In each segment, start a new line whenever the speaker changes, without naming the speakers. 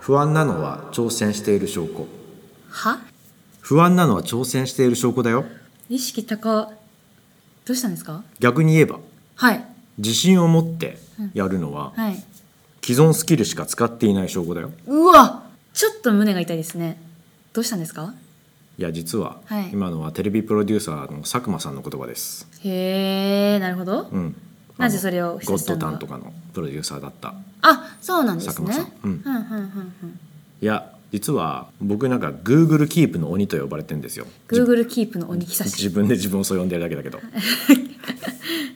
不安なのは挑戦している証拠
は
不安なのは挑戦している証拠だよ
意識高どうしたんですか
逆に言えば
はい
自信を持ってやるのは
はい
既存スキルしか使っていない証拠だよ
うわちょっと胸が痛いですねどうしたんですか
いや実は
はい
今のはテレビプロデューサーの佐久間さんの言葉です
へえなるほど、
うん
なぜそれを
あのゴ
藤
ッド
さんが
タンとかのプロデューサーだった
あそうなんです
佐久
ね
間さんうん
ふんふんふんふん
いや実は僕なんか Google Keep の鬼と呼ばれてんですよ
Google キープの鬼木差し
自分で自分をそう呼んでるだけだけど、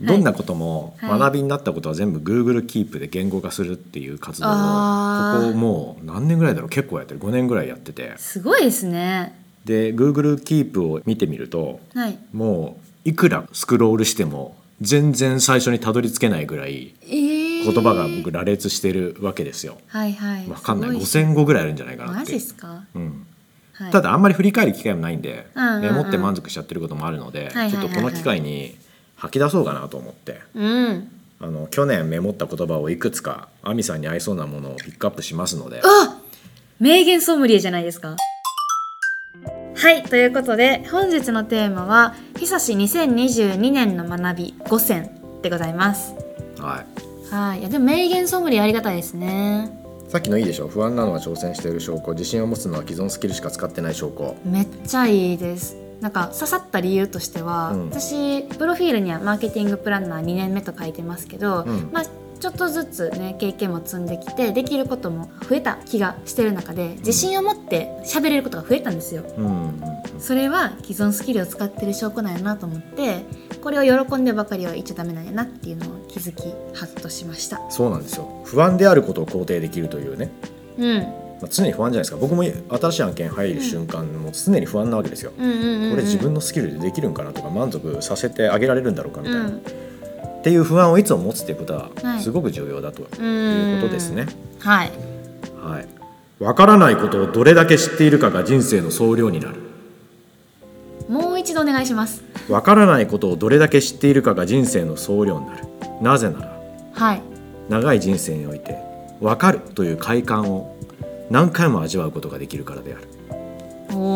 どんなことも
はい
学びになったことは全部 Google Keep で言語化するっていう活動をこ
あー
こもう何年ぐらいだろう結構やってる5年ぐらいやってて
すごいですね
で Google Keep を見てみると
はい
もういくらスクロールしても全然最初にたどり着けないぐらい
えー、
言葉が僕羅列してるわけですよ。
はいはい
わかんない
すご
5,000語ぐらいあるんじゃないかな
マ
ってい
ジで
う。
すか、
うん
はい、
ただあんまり振り返る機会もないんで、
うんうんうん
メモって満足しちゃってることもあるので、
いはいはい
ちょ
はい
っとこの機会に吐き出そうかなと思って
うん
あの去年メモった言葉をいくつか亜美さんに合いそうなものをピックアップしますので
あ名言ソムリエじゃないですかはいということで本日のテーマは「久し2022年の学び5選」でございます
は
はいいやでも名言ソムリエありがたいですね
い、さっきのいいでしょ不安なのは挑戦している証拠自信を持つのは既存スキルしか使ってない証拠
めっちゃいいですなんか刺さった理由としては、
うん
私プロフィールにはマーケティングプランナー2年目と書いてますけど、
うん
まあちょっとずつね経験も積んできてできることも増えた気がしてる中で自信を持って喋れることが増えたんですよ
うんうん
それは既存スキルを使ってる証拠なんやなと思ってこれを喜んでばかりは言っちゃダメなんやなっていうのを気づきハッとしました
そうなんですよ不安であることを肯定できるというね、
うんうん
まあ、常に不安じゃないですか僕も新しい案件入る瞬間も常に不安なわけですよ、
うんうん、うん、
これ自分のスキルでできるんかなとか満足させてあげられるんだろうかみたいな、
うん
っていう不安をいつも持つっていうこと
は
はいすごく重要だと、
う
い
ん
うことですね。
はい
はい。わからないことをどれだけ知っているかが人生の総量になる。
もう一度お願いします
わからないことをどれだけ知っているかが人生の総量になる。なぜなら
はい
長い人生においてわかるという快感を何回も味わうことができるからである。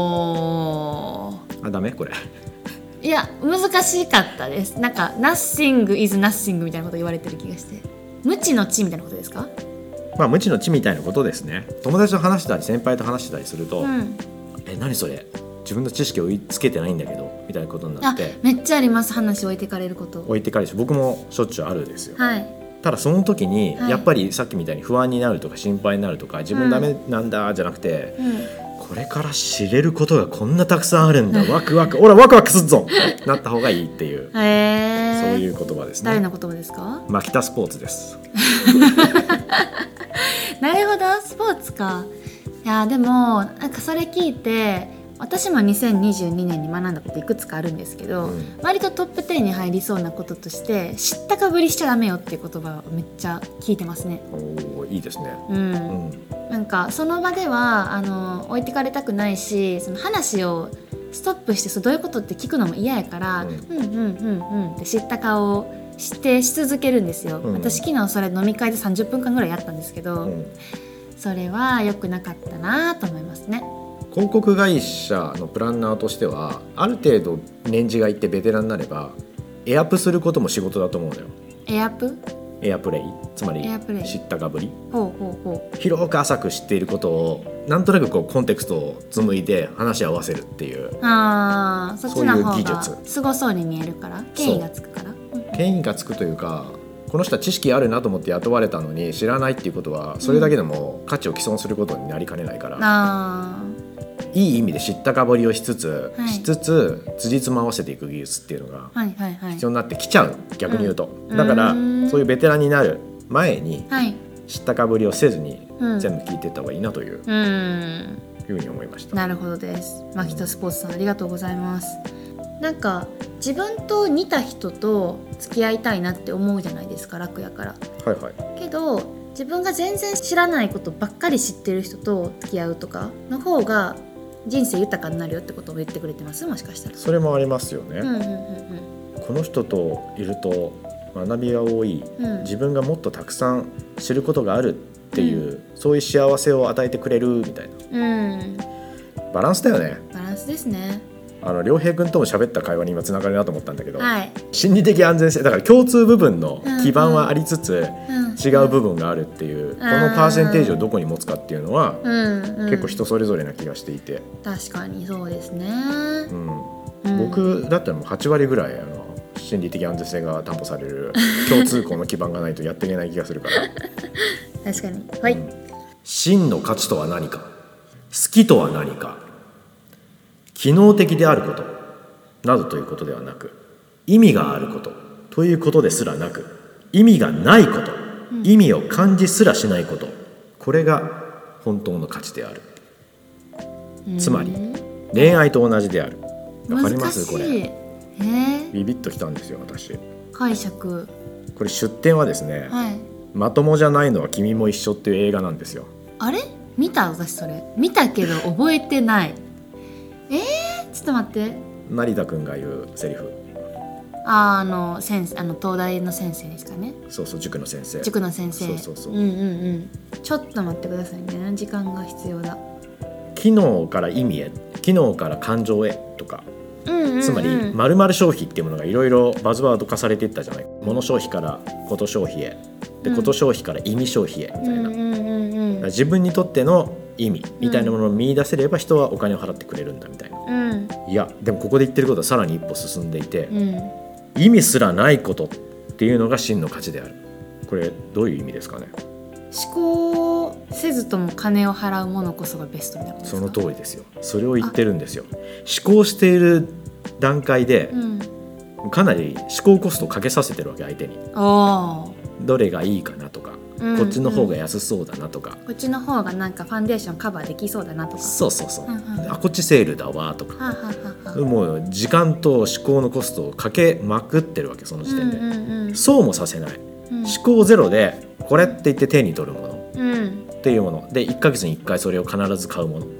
おー
あダメこれ。
いや難しかったですなんか「nothing is nothing」みたいなこと言われてる気がして無知の知みたいなことですか
まあ無知の知みたいなことですね。友達と話したり先輩と話したりすると、
うん
え何それ自分の知識を追いつけてないんだけどみたいなことにな
あ
って
めっちゃあります話置いてかれること
置いてかれるし僕もしょっちゅうあるんですよ。
はい
ただその時に
はい
やっぱりさっきみたいに不安になるとか心配になるとか自分ダメなんだじゃなくて、
うん
これから知れることがこんなたくさんある んだワクワクほらワクワクすっぞってなった方がいいっていう
へえ
そういう言葉です
誰
ね。
の言葉ですか
マキタスポーツです。
なるほどスポーツかいやーでもなんかそれ聞いて私も2022年に学んだこといくつかあるんですけど、
うん
割とトップ10に入りそうなこととして知ったかぶりしちゃダメよっていう言葉をめっちゃ聞いてますね
おおいいですね。
うん、
うん
なんかその場ではあの置いてかれたくないしその話をストップしてそうどういうことって聞くのも嫌やから、
う
うんん、うんうんうんって知った顔をしてし続けるんですよ、
うん
私昨日それ飲み会で30分間ぐらいやったんですけど、
うん
それは良くなかったなと思いますね。
広告会社のプランナーとしてはある程度年次がいってベテランになればエアプすることも仕事だと思うのよ
エアプ
エアプレイつまり
エアプレイ
知ったかぶり
ほうほうほ
広く浅く知っていることをなんとなくこうコンテクストを紡いで話し合わせるっていう
う。ああ、そっちの
そうい
方
う技
が
術
すごそうに見えるから、権威がつくから。うん
権威がつくというかこの人は知識あるなと思って雇われたのに知らないっていうことはそれだけでも価値を毀損することになりかねないから、
あ
いい意味で知ったかぶりをしつつ、
はい
しつつ辻褄合わせていく技術っていうのが
あ、はいはいはい
必。要になってきちゃう逆に言うと、
うん
だから
うん
そういうベテランになる前に
はい。
知ったかぶりをせずに
うん
全部聞いていった方がいいなという,、
うーん。
ふうに思いました。
なるほどです。マキタスポーツさんありがとうございます。なんか自分と似た人と付き合いたいなって思うじゃないですか楽やから。
はいはい
けど自分が全然知らないことばっかり知ってる人と付き合うとかの方が人生豊かになるよってことを言ってくれてますもしかしたら。
それもありますよね、
うんうんうん
この人といると学びが多い
うんうん。
自分がもっとたくさん知ることがあるっっていう、そういう幸せを与えてくれるみたいな
うん
バランスだよね
バランスですね
あの良平君とも喋った会話に今つながるなと思ったんだけど、
はい、
心理的安全性だから共通部分の基盤はありつつ、
うん、
違う部分があるっていう、このパーセンテージをどこに持つかっていうのは、
うん、うん
結構人それぞれな気がしていて、
確かにそうですね、
うん
うん、
僕だったらもう8割ぐらいあの心理的安全性が担保される共通項の基盤がないとやっていけない気がするから
確かにはい、
真の価値とは何か好きとは何か機能的であることなどということではなく意味があることということですらなく意味がないこと、意味を感じすらしないことこれが本当の価値であるつまり恋愛と同じであるわかりますこれ
えー、
ビビッときたんですよ私
解釈
これ出典はですね、
はい
まともじゃないのは君も一緒っていう映画なんですよ
あれ見た私それ見たけど覚えてないえー、ちょっと待って
成田君が言うセリフ
あーあの先生あの東大の先生ですかね
そうそう塾の先生
塾の先生
そうそうそう
うんうんうんちょっと待ってくださいね時間が必要だ
機能から意味へ機能から感情へとか
うんうん、うん、
つまりまるまる消費っていうものがいろいろバズワード化されていったじゃない物消費からこと消費へで
うん
こと消費から意味消費へみたいな、
うんうんうんうん
自分にとっての意味みたいなものを見出せれば人はお金を払ってくれるんだみたいな、
うん
いやでもここで言ってることはさらに一歩進んでいて、
うん
意味すらないことっていうのが真の価値であるこれどういう意味ですかね
思考せずとも金を払うものこそがベストみたいなことです
そ
か
の通りですよそれを言ってるんですよ思考している段階で
うん
かなり思考コストをかけさせてるわけ相手に
おー
どれがいいかなとか、
うん
こっちの方が安そうだなとか、
こっちの方がなんかファンデーションカバーできそうだなとか
そうそうそう、
うんうん
あこっちセールだわとか、
はあ、はあはあはあ、
もう時間と思考のコストをかけまくってるわけその時点で、
うんうんうん
そうもさせない
うん
思考ゼロでこれって言って手に取るもの
うん
っていうもので1ヶ月に1回それを必ず買うものっ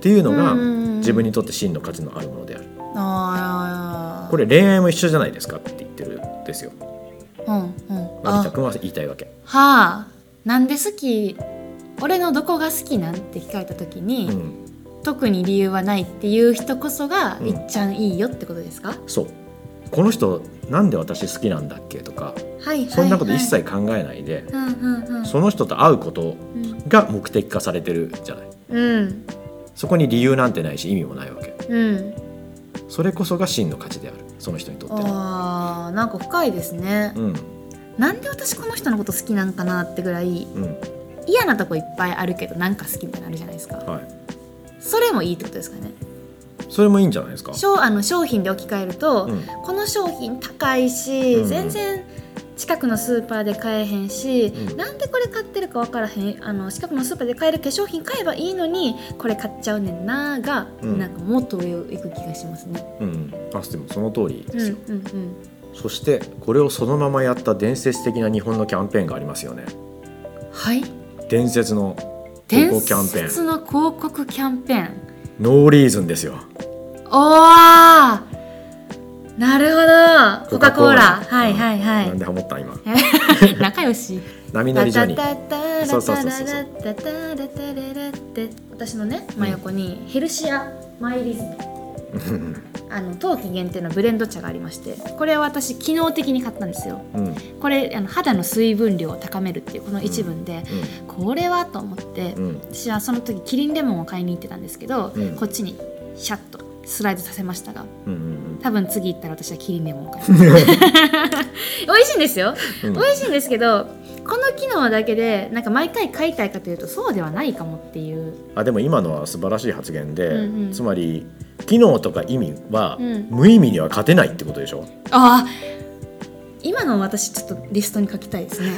ていうのが
うんうんうん
自分にとって真の価値のあるものである
あー
これ恋愛も一緒じゃないですかって言ってるんですよ
うんうん
成田
あ
君は言いたいわけ、
はあなんで好き俺のどこが好きなんって聞かれた時に、
うん、
特に理由はないっていう人こそが、
うん
いっちゃんいいよってことですか
そうこの人なんで私好きなんだっけとか
はい
そんなこと一切考えないで、
うんうんうん
その人と会うこと
うん
が目的化されてるじゃない
うん
そこに理由なんてないし意味もないわけ
うん
それこそが真の価値であるその人にとっての
あーなんか深いですね、
うん
なんで私この人のこと好きなんかなってぐらい
うん
嫌なとこいっぱいあるけどなんか好きみたいなのあるじゃないですか
はい
それもいいってことですかね
それもいいんじゃないですか
商あの商品で置き換えると、
うん
この商品高いし、
うんうん
全然近くのスーパーで買えへんし、
うん
なんでこれ買ってるか分からへんあの近くのスーパーで買える化粧品買えばいいのにこれ買っちゃうねんなーが、
うん
なんかもっと上を行く気がしますね。
うんあでもその通り
う
で
んう
す
ん
よ、
うん、
そしてこれをそのままやった伝説的な日本のキャンペーンがありますよね
はい
伝説の広
伝
告キャンペー
説
ン
の広告キャンペーン
ノーリーズンですよ
おーなるほどコ
コ
カ・
カ
コ
コ
ー
ー
ラ
ラ
はいはいは
なん
い
でハモった今
仲良し
波乗りジョニーそうそうそうそう
私のね真横にヘルシアマイリズムあの冬季限定のブレンド茶がありましてこれは私機能的に買ったんですよ
うんうん
これあの肌の水分量を高めるっていうこの一文で、これはと思って、
うん
私はその時キリンレモンを買いに行ってたんですけど、
うん
こっちにシャッとスライドさせましたが
うんうん
多分次行ったら私はキリンレモンを買いま す 美味しいんですよ、
うん
美味しいんですけどこの機能だけでなんか毎回買いたいかというとそうではないかもっていう
あでも今のは素晴らしい発言で、
うんうん
つまり機能とか意味は
うん
無意味には勝てないってことでしょ、
ああ今の私ちょっとリストに書きたい ですね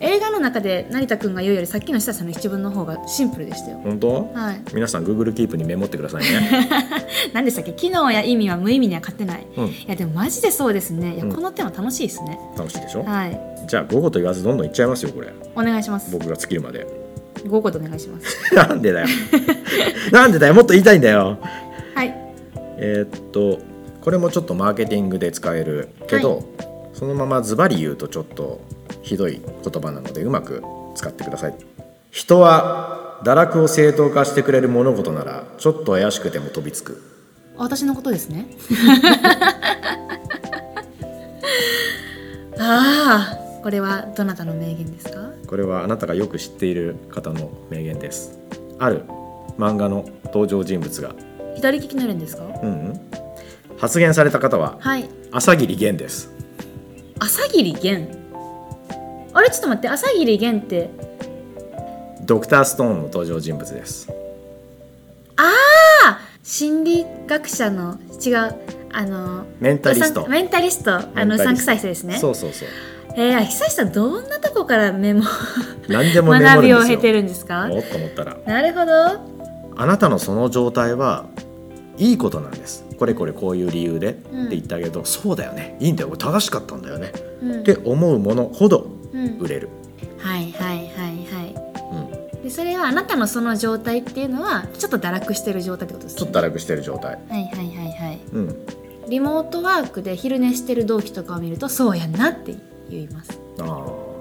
映画の中で成田君が言うよりさっきの久さんの一文の方がシンプルでしたよ
本当
はい
皆さん Google Keep にメモってくださいね、
何でしたっけ機能や意味は無意味には勝てない
うん、
いやでもマジでそうですねいや
うん
このテーマ楽しいですね、
楽しいでしょ
はい
じゃあ午後と言わずどんどんいっちゃいますよこれ
お願いします
僕が尽きる まで
午後でお願いしま す
なんでだよなんでだよもっと言いたいんだよ
はい
えーっとこれもちょっとマーケティングで使えるけど、そのままズバリ言うとちょっとひどい言葉なのでうまく使ってください人は堕落を正当化してくれる物事ならちょっと怪しくても飛びつく
私のことですね ああこれはどなたの名言ですか
これはあなたがよく知っている方の名言ですある漫画の登場人物が
左利きになるんですか
うんうん発言された方は
はい
朝霧源です
朝霧源あれちょっと待って朝霧源って
ドクターストーンの登場人物です
心理学者の違うあの
メンタリスト
うさんメンタリストあのうさんくさい人ですね
そうそうそう
えー、久さんどんなとこから メモ
何でもメモ
学
る
びを
んです
経
よ
てるんですか
おっと思ったら
なるほど
あなたのその状態はいいことなんですこれこれこういう理由で、
うん
って言ってあげるとそうだよねいいんだよ俺正しかったんだよね、
うん
って思うものほど
うん
売れる、
はいはいはいは
うん、
いでそれはあなたのその状態っていうのはちょっと堕落してる状態ってことです
ちょっ
ね
と堕落してる状態、
はいはいはいはい
うん、
リモートワークで昼寝してる同期とかを見るとそうやんなって言います
ああ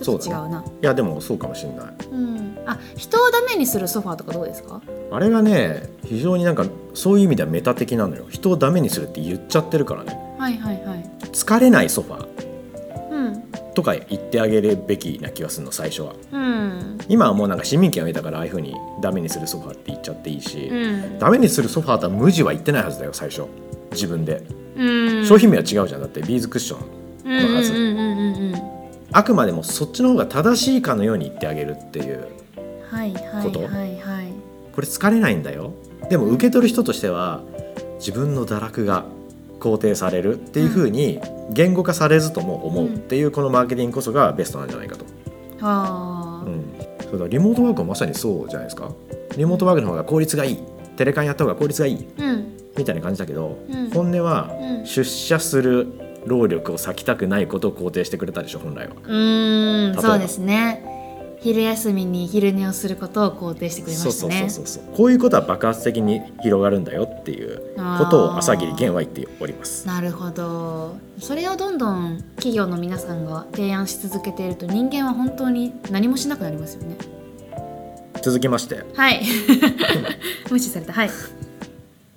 ちょっと違うな
いやでもそうかもしれない
うんあ人をダメにするソファーとかどうですか
あれがね非常になんかそういう意味ではメタ的なのよ人をダメにするって言っちゃってるからね
はいはいはい
疲れないソファー
うん
とか言ってあげるべきな気がするの最初は
うん
今はもうなんか市民権を得たからああいう風にダメにするソファーって言っちゃっていいし、
うん
ダメにするソファーとは無地は言ってないはずだよ最初自分で、
うん
商品名は違うじゃんだってビーズクッション
の
はず
うんうんうんうんうん
あくまでもそっちの方が正しいかのように言ってあげるっていう
はいはい
こと
はいはい
これ疲れないんだよでも受け取る人としては自分の堕落が肯定されるっていう風に言語化されずとも思うっていうこのマーケティングこそがベストなんじゃないかと、
あ
う
ー
ん、そうだリモートワークはまさにそうじゃないですかリモートワークの方が効率がいいテレカンやった方が効率がいい
うん
みたいな感じだけど、
うん
本音は
うん
出社する労力を割きたくないことを肯定してくれたでしょ本来は
う
例え
ーん
ば
そうですね昼休みに昼寝をすることを肯定してくれま
そう
した
そう
ね
そうそうそうこういうことは爆発的に広がるんだよっていうことを朝霧源は言っております
なるほどそれをどんどん企業の皆さんが提案し続けていると人間は本当に何もしなくなりますよね
続きまして
はい 無視されたはい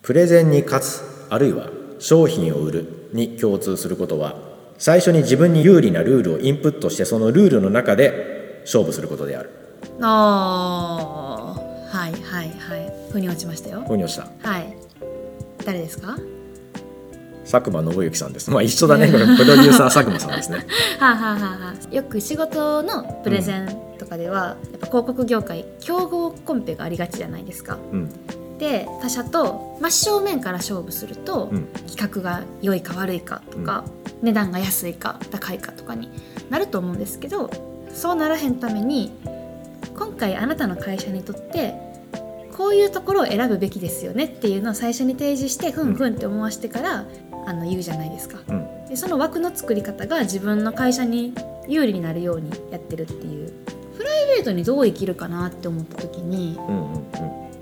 プレゼンに勝つあるいは商品を売るに共通することは最初に自分に有利なルールをインプットしてそのルールの中で勝負することである
あーはいはいはい腑に落ちましたよ
こうにした
はい誰ですか
佐久間信之さんですまあ一緒だねこ れプロデューサー佐久間さんですね
はあ、はあはあはあ、よく仕事のプレゼンとかでは、やっぱ広告業界競合コンペがありがちじゃないですか
うん
で他社と真正面から勝負すると、
うん
企画が良いか悪いかとか、値段が安いか高いかとかになると思うんですけどそうならへんために今回あなたの会社にとってこういうところを選ぶべきですよねっていうのを最初に提示してふんふんって思わせてから、あの言うじゃないですか。
うん
でその枠の作り方が自分の会社に有利になるようにやってるっていうプライベートにどう生きるかなって思った時に
うんうんうん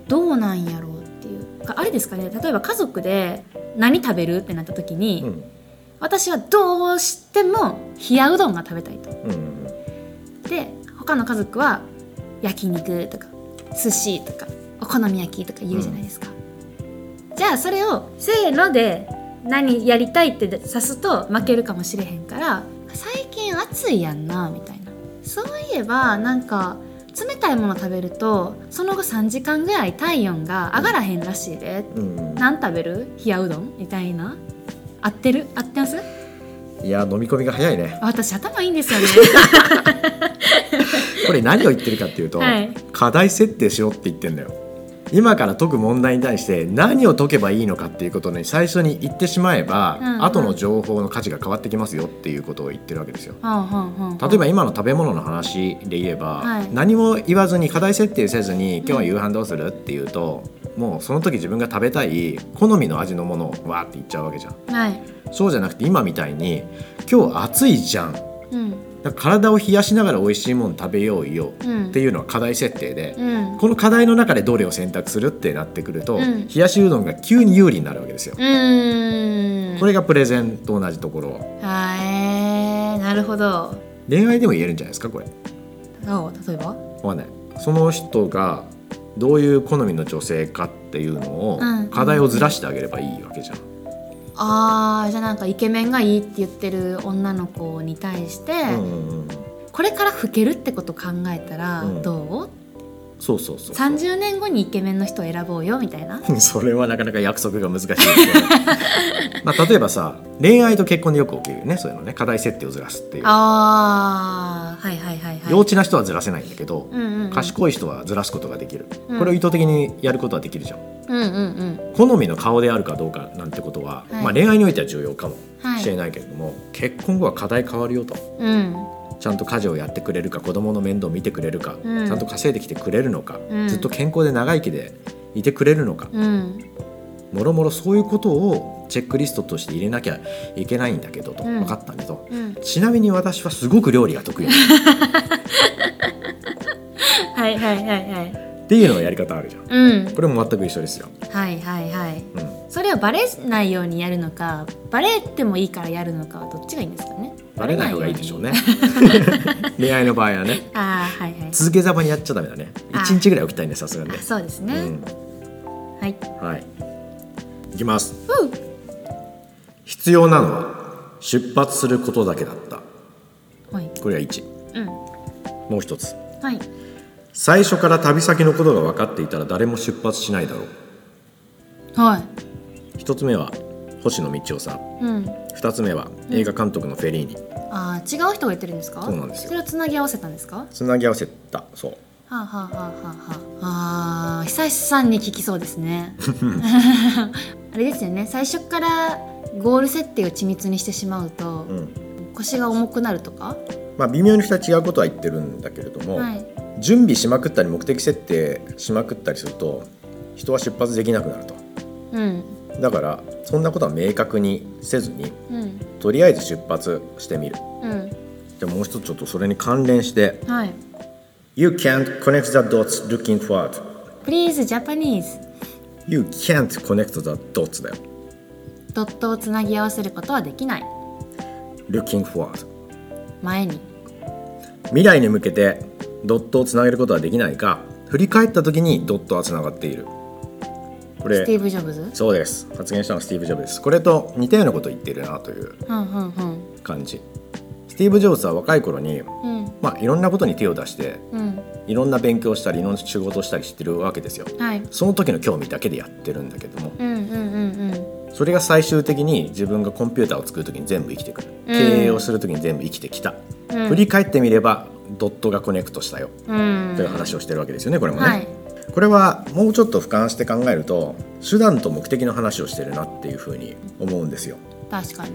どうなんやろうっていうかあれですかね例えば家族で何食べるってなった時に、
うん
私はどうしても冷やうどんが食べたいと
うんうん
で他の家族は焼肉とか寿司とかお好み焼きとか言うじゃないですか、じゃあそれをせーので何やりたいって指すと負けるかもしれへんから最近暑いやんなみたいなそういえばなんか冷たいもの食べるとその後3時間ぐらい体温が上がらへんらしいで
うんうん
何食べる冷やうどんみたいな合ってる合ってます
いや飲み込みが早いね
私頭いいんです よね
これ何を言ってるかっていうと、
はい
課題設定しろって言ってんだよ今から解く問題に対して何を解けばいいのかっていうことに最初に言ってしまえば、
うんうん
後の情報の価値が変わってきますよっていうことを言ってるわけですよ
はんはんはんはん
例えば今の食べ物の話で言えば、
はい
何も言わずに課題設定せずに今日は夕飯どうするっていうともうその時自分が食べたい好みの味のものをわーって言っちゃうわけじゃん
はい
そうじゃなくて今みたいに今日暑いじゃん
うん
だから体を冷やしながら美味しいもの食べようよ
うん
っていうのは課題設定で、
うん
この課題の中でどれを選択するってなってくると、
う
冷
ん
やしうどんが急に有利になるわけですよ
う。ーん
これがプレゼンと同じところ
はえー、なるほど
恋愛でも言えるんじゃないですかこれ
どう例えば
わかんないその人がどういう好みの女性かっていうのを
うん
課題をずらしてあげればいいわけじゃん。
あーじゃあなんかイケメンがいいって言ってる女の子に対して、
うんうんうん
これから老けるってこと考えたら
うん
どう、
そうそうそうそう。
30年後にイケメンの人を選ぼうよみたいな
それはなかなか約束が難 しいですけど、まあ、例えばさ恋愛と結婚でよく起きるよねそういうのね課題設定をずらすっていう、
あーはいはいはいはい
幼稚な人はずらせないんだけど、
うんうんうん、
賢い人はずらすことができる、
うん
これを意図的にやることはできるじゃん
うんうんうん
好みの顔であるかどうかなんてことは、
はい
まあ、恋愛においては重要かも
は
しれ
い
ないけれども、結婚後は課題変わるよと
うん
ちゃんと家事をやってくれるか子供の面倒を見てくれるか、
うん
ちゃんと稼いできてくれるのか、
うん
ずっと健康で長生きでいてくれるのか、
うん
もろもろそういうことをチェックリストとして入れなきゃいけないんだけどと、
うん
分かったねと
うん
ちなみに私はすごく料理が得意なの
はいはいはいはい
っていうのがやり方あるじゃん
うん
これも全く一緒ですよ、
はいはいはい
うん、
それをバレないようにやるのかバレてもいいからやるのかはどっちがいいんですかね
バレない方がいいでしょうね
バレないよ
恋愛の場合はね
うにあーはいはい
続けざまにやっちゃダメだね
あ
1日ぐらい置きたいねさすがにね
あそうです
う
ね、
ん
はい
はいいきます
うん
必要なのは出発することだけだった
はい
これが1
うん
もう一つ
はい
最初から旅先のことが分かっていたら誰も出発しないだろう
はい
一つ目は星野道夫さん
うん
2つ目は映画監督のフェリーニ、
あー違う人が言ってるんですか
そうなんですよ
それをつなぎ合わせたんですかは
つなぎ合わせたそう
あ、はあはあはあはあ、あー久石さんに聞きそうですね あれですよね最初からゴール設定を緻密にしてしまうと、
うん
腰が重くなるとか
まあ微妙に2人違うことは言ってるんだけれども、
はい
準備しまくったり目的設定しまくったりすると人は出発できなくなると
うん
だからそんなことは明確にせずに
うん
とりあえず出発してみる
うん
でもう一つちょっとそれに関連して
はい
You can't connect the dots looking forward
Please Japanese
You can't connect the dots だよ
ドットをつなぎ合わせることはできない
looking forward
前に
未来に向けてドットをつなげることはできないが振り返った時にドットはつながっているこ
スティー
れ
ブ・ジョブズ
そうです発言したのはスティーブ・ジョブズですこれと似たようなことを言っているなという
うんうんうん
感じスティーブ・ジョブズは若い頃に
うん
まあいろんなことに手を出して
うん
いろんな勉強をしたりいろんな仕事をしたりしてるわけですよ
はい
その時の興味だけでやってるんだけども
うんうんうんうん
それが最終的に自分がコンピューターを作る時に全部生きてくる
うん
経営をする時に全部生きてきた、
うん
振り返ってみればドットがコネクトしたよ
うん
という話をしてるわけですよねこれもね、
はい
これはもうちょっと俯瞰して考えると手段と目的の話をしてるなっていうふうに思うんですよ
確かに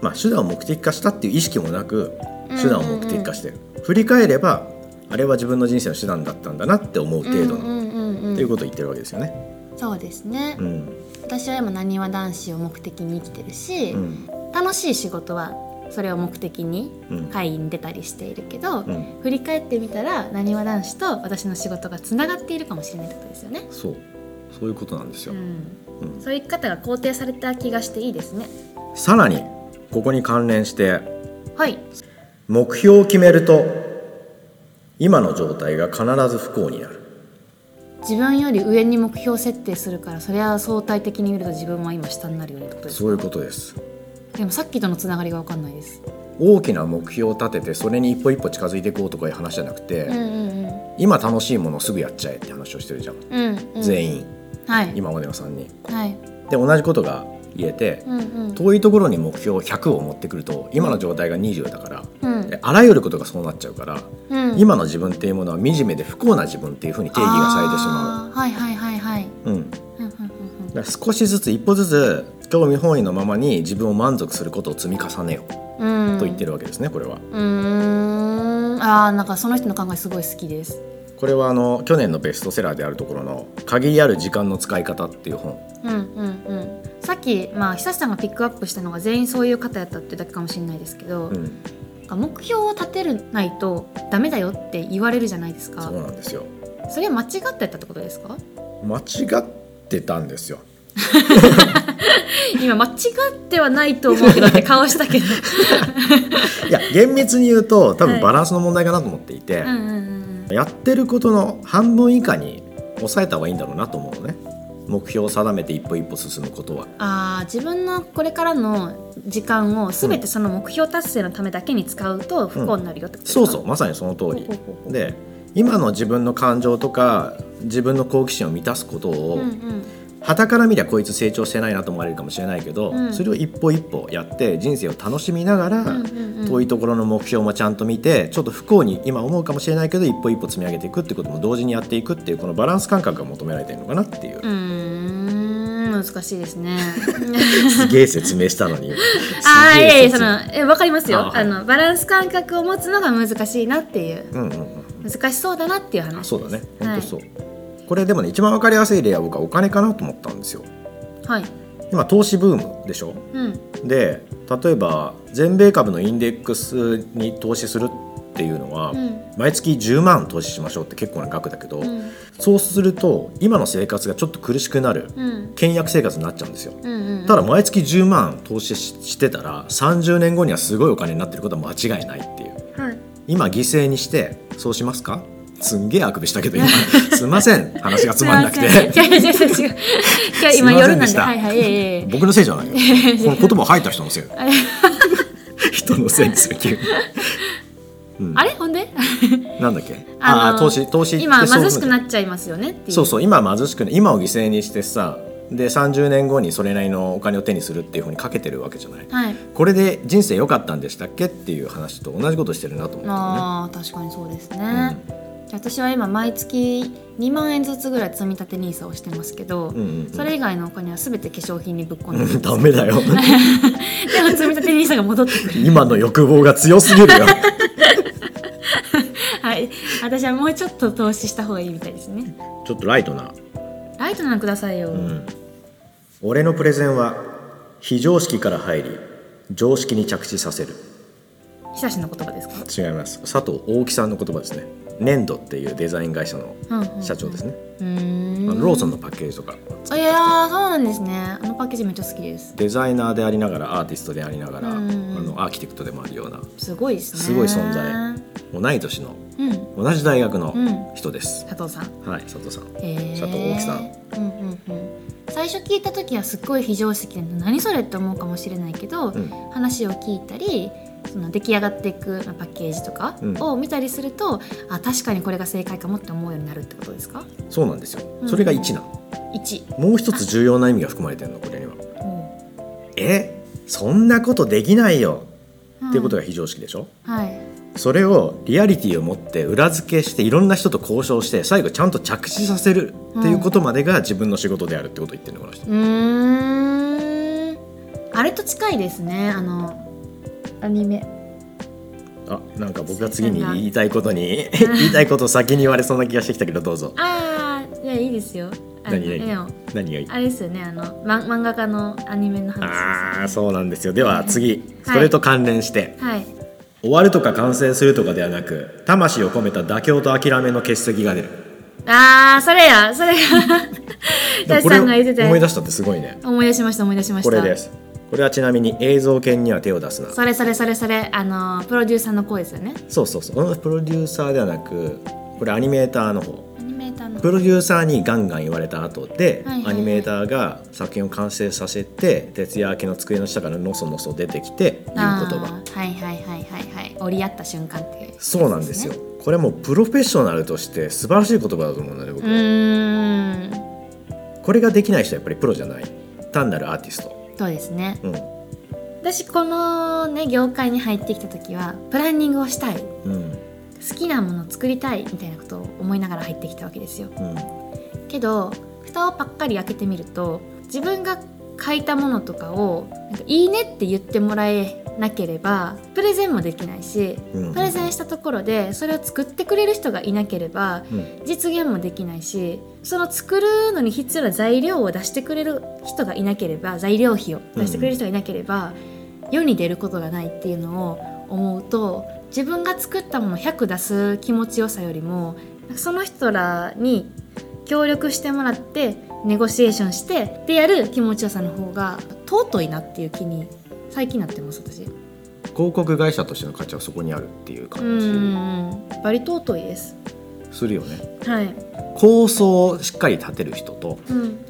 まあ手段を目的化したっていう意識もなく
うん
手段を目的化してる、振り返ればあれは自分の人生の手段だったんだなって思う程度の、
う
っ
んうんうんうん
ていうことを言ってるわけですよね
そうですね、
うん
私は今なにわ男子を目的に生きてるし、
うん
楽しい仕事はそれを目的に
うん
会議に出たりしているけど、
うん
振り返ってみたらなにわ男子と私の仕事がつながっているかもしれないってことですよね、
そうそういうことなんです
う
よ、
ん、
うん
そういう生き方が肯定された気がしていいですね
さらにここに関連して
はい
目標を決めると今の状態が必ず不幸になる
自分より上に目標設定するからそれは相対的に見ると自分は今下になるよねってことです
そういうことです
でもさっきとのつながりが分かんないです
大きな目標を立ててそれに一歩一歩近づいていこうとかいう話じゃなくて、
うんうん
今楽しいものをすぐやっちゃえって話をしてるじゃん、
うんうん、うん、
全員
はい
今までの3人
はい
で同じことが言えて、
うんうん
遠いところに目標100を持ってくると今の状態が20だから、
うん
であらゆることがそうなっちゃうから、
うん
今の自分っていうものは惨めで不幸な自分っていうふうに定義がされてしま、
あーはいはいはいはいう
うん、
うんうんうん
だから少しずつ一歩ずつ興味本位のままに自分を満足することを積み重ねよう
うんうん
と言ってるわけですねこれは
うーんあーなんかその人の考えすごい好きです
これはあの去年のベストセラーであるところの「限りある時間の使い方」っていう本
うんうんうんさっきまあ久志さんがピックアップしたのが全員そういう方やったってだけかもしれないですけど、
うん
なんか目標を立てるないとダメだよって言われるじゃないですか
そうなんですよ
それは間違ってたってことですか
間違ってたんですよ
今間違ってはないと思うけどって顔したけど
いや厳密に言うと多
は
分
い
バランスの問題かなと思っていて、
うんうんうん
やってることの半分以下に抑えた方がいいんだろうなと思うのね目標を定めて一歩一歩進むことは
あー自分のこれからの時間を全てその目標達成のためだけに使うと不幸になるよってことです
そう
か、
そうまさにその通り
ほうほうほうほう
で今の自分の感情とか自分の好奇心を満たすことを、
うんうん
傍から見りゃこいつ成長してないなと思われるかもしれないけど、
うん
それを一歩一歩やって人生を楽しみながら、
うんうんうん
遠いところの目標もちゃんと見てちょっと不幸に今思うかもしれないけど一歩一歩積み上げていくってことも同時にやっていくっていうこのバランス感覚が求められてるのかなっていう
う、ーん難しいで すね。
すげえ説明したの に
ああ
す
い
げえ
やいや
説
そ
明
のえわかりますよ
あ
あ、
はい
のバランス感覚を持つのが難しいなっていう
うんうんうん
難しそうだなっていう話です。
そうだね
は
本
い
当そう、これでもね一番分かりやすい例は僕はお金かなと思ったんですよ
はい。
今投資ブームでしょ
うん
で例えば全米株のインデックスに投資するっていうのは、
うん
毎月10万投資しましょうって結構な額だけど、
うん
そうすると今の生活がちょっと苦しくなる
うん
倹約生活になっちゃうんですよ
うんうん。
ただ毎月10万投資ししてたら30年後にはすごいお金になってることは間違いないっていう
はい。
今犠牲にしてそうしますかすんげえあくびしたけど 今すいません話がつまんなく
すい
て
ません違う違う違う違う。今日今
すいません
夜な
で
ん
し
で
た
はいはいいえいえいえ。
僕のせいじゃないよこの言葉を吐いた人のせい 人のせいにする急に、うん
あれほんで？
なんだっけ
あの
ああー投資投資って
今
そういう
貧
ふう
し
に
くなっちゃいますよねっていう。
そうそう今貧しくね今を犠牲にしてさで30年後にそれなりのお金を手にするっていうふうにかけてるわけじゃない
はい。
これで人生良かったんでしたっけっていう話と同じことしてるなと思ったのね
ああ確かにそうですね。私は今毎月2万円ずつぐらい積み立て NISA をしてますけど、
うんうんうん
それ以外のお金は全て化粧品にぶっ込 んで
う
る
ん ダメだよ
でも積み立て NISA が戻ってくる
今の欲望が強すぎ るよ
はい私はもうちょっと投資した方がいいみたいですね
ちょっとライトな、
ライトなのくださいよ、
うん、俺のプレゼンは非常識から入り常識に着地させる
久しの言葉ですか、
違います佐藤大木さんの言葉ですね粘土っていうデザイン会社の
うんうんうん
社長ですね、
うーん
まあローソンのパッケージとか
いやーそうなんですねあのパッケージめっちゃ好きです
デザイナーでありながらアーティストでありながら、
うんうんうん
あのアーキテクトでもあるような
すごいですね
すごい存在同い年の
うん
同じ大学の
うん
人です、
佐藤さん
はい佐藤さん
へー
佐藤大樹さん
うんうんうん最初聞いた時はすっごい非常識で何それって思うかもしれないけど、
ん
話を聞いたりその出来上がっていくまあパッケージとか
うん
を見たりすると、あ確かにこれが正解かもって思うようになるってことですか
そうなんですよ
うん
それが1なの、
一
もう一つ重要な意味が含まれてるのこれには
っ
えそんなことできないよっていうこと
が、
が非常識でしょ、
はい、
それをリアリティを持って裏付けしていろんな人と交渉して最後ちゃんと着地させるっていうことまでが自分の仕事であるってことを言ってるのこの人
うーんあれと近いですねあのアニメ
あなんか僕が次に言いたいことに 言いたいことを先に言われそうな気がしてきたけどどうぞ
ああいやいいですよあの
何何
でも
何がいい
あれですよねあの、ま、漫画家のアニメの話ですよね
ああそうなんですよでは次それと関連して、
はい
終わるとか完成するとかではなく魂を込めた妥協と諦めの欠席が出る
ああそれやそれが
でも
ダ
こ
シ
れ
さ
を
んが言ってた
思い
や
出したってすごいね
つ思い出しました思い出しました
これですこれはちなみに映像犬には手を出すな
それそれそれそれあのープロデューサーの声ですよね
そうそうそううんプロデューサーではなくこれアニメーターの方
アニメーターの
プロデューサーにガンガン言われた後で、
はいはいはい
アニメーターが作品を完成させて徹夜明けの机の下からのそのそ出てきて言う言葉
あーはいはいはいはいはい折り合った瞬間っていうやつね、
そうなんですよこれはもうプロフェッショナルとして素晴らしい言葉だと思うんだね
う
僕は
ーん
これができない人はやっぱりプロじゃない単なるアーティスト、
そうですね
うん
私このね業界に入ってきた時はプランニングをしたい
うん
好きなものを作りたいみたいなことを思いながら入ってきたわけですよ
うん、
けど蓋をパッカリ開けてみると自分が書いたものとかをなんかいいねって言ってもらえなければプレゼンもできないし、
うん
プレゼンしたところでそれを作ってくれる人がいなければ
うん
実現もできないしその作るのに必要な材料を出してくれる人がいなければ材料費を出してくれる人がいなければ、世に出ることがないっていうのを思うと自分が作ったもの100出す気持ちよさよりもその人らに協力してもらってネゴシエーションしてでやる気持ちよさの方が尊いなっていう気に最近なってます私う
広告会社としての価値はそこにあるっていう感じ
んうんうんバリ尊いです
するよね
はい
構想をしっかり立てる人と
うん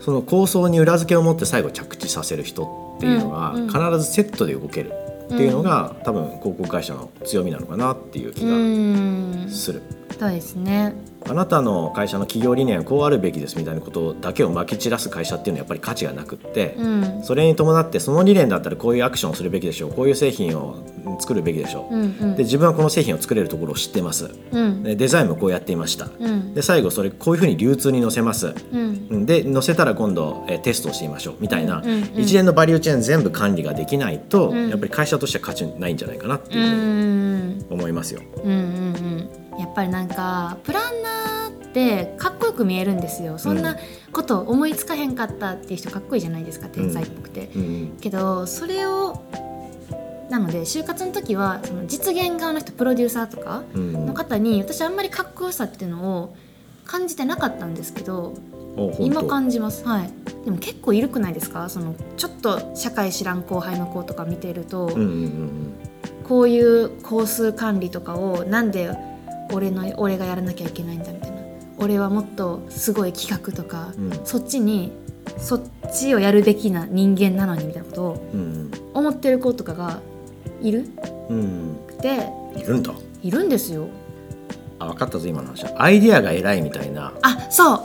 その構想に裏付けを持って最後着地させる人っていうのが
うんうん
必ずセットで動けるっていうのが、多分広告会社の強みなのかなっていう気
う
が
ん
する、
そうですね
あなたの会社の企業理念はこうあるべきですみたいなことだけをまき散らす会社っていうのはやっぱり価値がなくって、
うん
それに伴ってその理念だったらこういうアクションをするべきでしょうこういう製品をうん作るべきでしょう、
うんうん
で自分はこの製品を作れるところを知ってます
うん
でデザインもこうやっていました
うん
で最後それこういうふうに流通に載せます
うん
うんで載せたら今度えーテストをしてみましょうみたいな、
うんうんうん
一連のバリューチェーン全部管理ができないと、
うん
やっぱり会社としては価値ないんじゃないかなって
う
いうふうに
ん
思いますよ。
うんうんうんやっぱりなんかプランナーってかっこよく見えるんですよそんなこと思いつかへんかったっていう人かっこいいじゃないですか天才っぽくて、
うん
けどそれをなので就活の時はその実現側の人プロデューサーとか
うん
の方に私あんまりかっこよさっていうのを感じてなかったんですけど
お本当
今感じますはいでも結構いるくないですかそのちょっと社会知らん後輩の子とか見てると、
うんうんうん
こういう工数管理とかをなんで俺の俺がやらなきゃいけないんだみたいな俺はもっとすごい企画とか、
うんうん
そっちにそっちをやるべきな人間なのにみたいなことを
うん
思ってる子とかがいる
うん
くて
いるんだ
いるんですよ
あ分かったぞ今の話はアイディアが偉いみたいな
あそう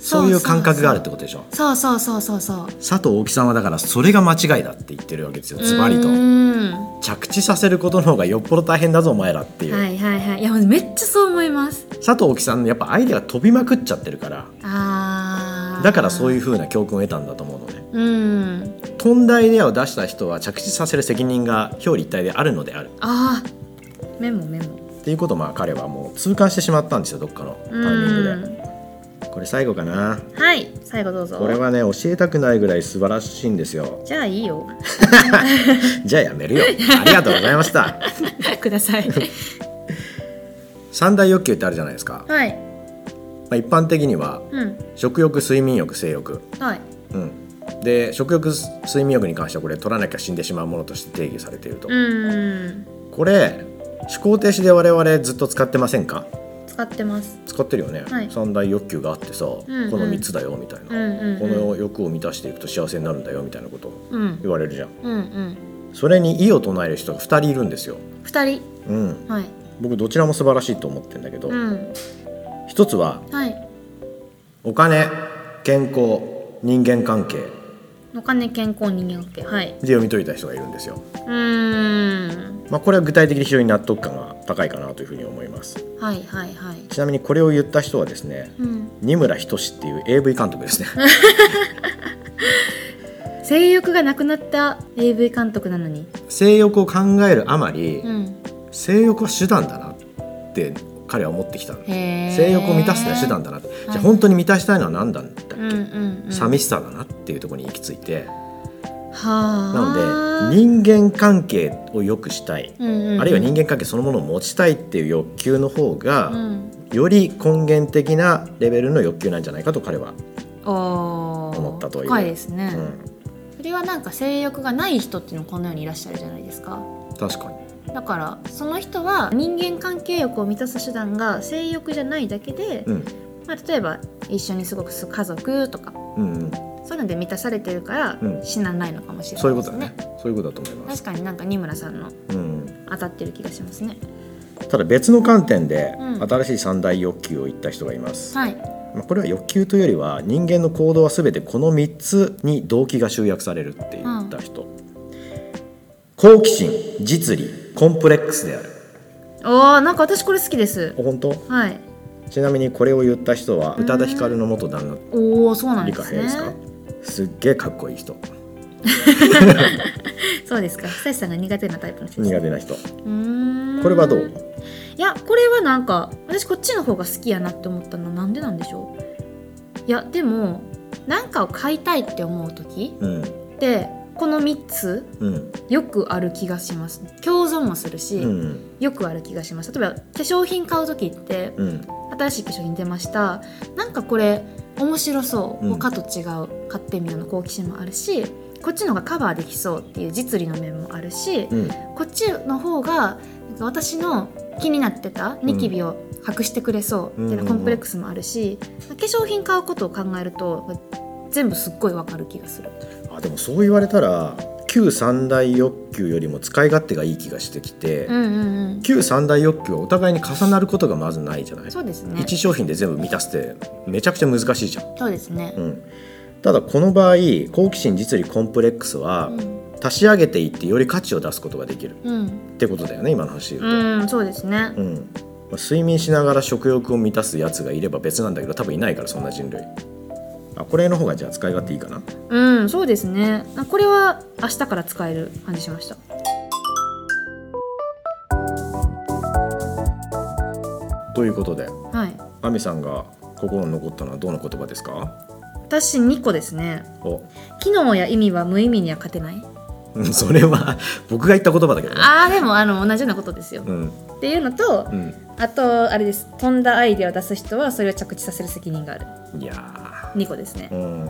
そういう感覚があるってことでしょ
そうそうそうそうそう
佐藤大木さんはだからそれが間違いだって言ってるわけですよズバリと
うーんは
着地させることの方がよっぽど大変だぞお前らってい、
いうはいはいいやめっちゃそう思います
佐藤大木さんのやっぱアイデアが飛びまくっちゃってるから
あー
だからそういうう風な教訓を得たんだと思うのね
うん
飛んだアイデアを出した人は着地させる責任が表裏一体であるのである
あーメモメモ
っていうことをまあ彼はもう痛感してしまったんですよどっかのタイミング
うん
でこれ最後かな
はい最後どうぞ
これはね教えたくないぐらい素晴らしいんですよ
じゃあいいよ
じゃあやめるよありがとうございました
ください
三大欲求ってあるじゃないですか、ま
はい
あ、一般的には
うん
食欲睡眠欲性欲
はい
うんで食欲睡眠欲に関してはこれ取らなきゃ死んでしまうものとして定義されていると、
うーん
これ思考停止で我々ずっと使ってませんか
使ってます
使ってるよね、
はい
三大欲求があってさ、
んうん
この3つだよみたい
うん
な、
うん
この欲を満たしていくと幸せになるんだよみたいなことを
うん
言われるじゃん
うんうん
それに異を唱える人が2人いるんですよ、
二人
うん、
はい
僕どちらも素晴らしいと思ってるんだけど、
うん
一つは
はい
お金健康人間関係
お金健康人間関係はい
で読み解いた人がいるんですよ、
うーん
まあ、これは具体的に非常に納得感が高いかなというふうに思います
はいはいはい
ちなみにこれを言った人はですね
うん
二村仁っていう AV 監督ですね
性欲がなくなった AV 監督なのに
性欲を考えるあまり、
うん
性欲は手段だなって彼は思ってきたの
へー
性欲を満たすのは手段だなって、じゃあ本当に満たしたいのは何なんだっけ、
うんうんうん
寂しさだなっていうところに行き着いて
はあ
なので人間関係を良くしたい、
うんうんうん
あるいは人間関係そのものを持ちたいっていう欲求の方が、
うん
より根源的なレベルの欲求なんじゃないかと彼は、
おー
思ったという
深いですね、
うん、
それはなんか性欲がない人っていうのこの世にいらっしゃるじゃないですか
確かに
だからその人は人間関係欲を満たす手段が性欲じゃないだけで、
うん
まあ、例えば一緒に過ごす家族とか
うんうん
そういうので満たされてるから
うん
死なないのかもしれな
そう
い
いう
で
こと
す
だ
ね
ね。そういうことだと思います
確、かになんか二村さんの
うん、
当たってる気がしますね
ただ別の観点で、
うん
新しい三大欲求を言った人がいます、
はい
まあ、これは欲求というよりは人間の行動は全てこの3つに動機が集約されるって言った人、好奇心実利コンプレックスである
おーなんか私これ好きです
お本当
はい
ちなみにこれを言った人は宇多田ヒカルの元旦那
おおそうなん
理
で
科
す
平
ね
ですかすっげえかっこいい人
そうですか久石さんが苦手なタイプの人ですね
苦手な人
うーん
これはどう
いやこれはなんか私こっちの方が好きやなって思ったのはなんでなんでしょういやでもなんかを買いたいって思う時
うん
ってこの3つ
うん
よくある気がします共存もするし、
うん
よくある気がします例えば化粧品買う時って
うん
新しい化粧品出ましたなんかこれ面白そう
うん
他と違う買ってみようの好奇心もあるしこっちの方がカバーできそうっていう実利の面もあるし、
うん
こっちの方がなんか私の気になってたニキビを隠してくれそうみたいなコンプレックスもあるし、化粧品買うことを考えると全部すっごいわかる気がする
あでもそう言われたら旧三大欲求よりも使い勝手がいい気がしてきて、
うんうん
旧三大欲求はお互いに重なることがまずないじゃな
う
い
んそうですね
一商品で全部満たすってめちゃくちゃ難しいじゃん、
そうですね
うん、ただこの場合好奇心実利コンプレックスは
うん
足し上げていってより価値を出すことができる
うん、
ってことだよね今の話で言うと、
うん、そうですね
うんまあ睡眠しながら食欲を満たすやつがいれば別なんだけど多分いないからそんな人類あこれの方がじゃあ使い勝手いいかな
うんそうですねあこれは明日から使える感じしました
ということで
はい
亜美さんが心に残ったのはどの言葉ですか
私2個ですね
お
機能や意味は無意味には勝てない
うんそれは 僕が言った言葉だけどね
あーでもあの同じようなことですよ
うん
っていうのと
うん
あとあれです飛んだアイデアを出す人はそれを着地させる責任がある
いや
2個ですね
ー、うん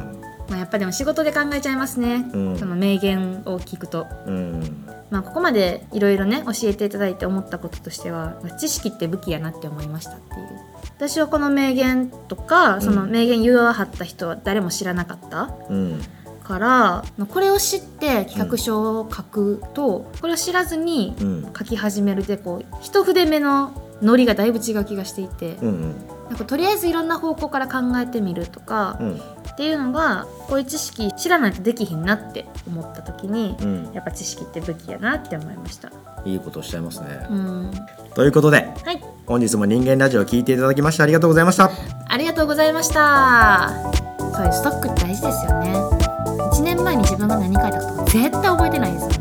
まあ、やっぱでも仕事で考えちゃいますね、
うん
その名言を聞くと、
うん
まあ、ここまでいろいろね教えていただいて思ったこととしてはまあ知識って武器やなって思いましたっていう私はこの名言とかその名言言わはった人は誰も知らなかった、
うん
からまあこれを知って企画書を書くと、これを知らずに
うん
書き始めるでこう一筆目のノリがだいぶ違う気がしていて、
うんうん
なんかとりあえずいろんな方向から考えてみるとか、
うん
っていうのがこういう知識知らないとできひんなって思った時に、
うん
やっぱ知識って武器やなって思いました。
いいことをしちゃいますね
う、ん
ということで
はい
本日も人間ラジオを聞いていただきましてありがとうございました
ありがとうございました。そういうストックって大事ですよね。1年前に自分が何書いたかとか絶対覚えてないですよね。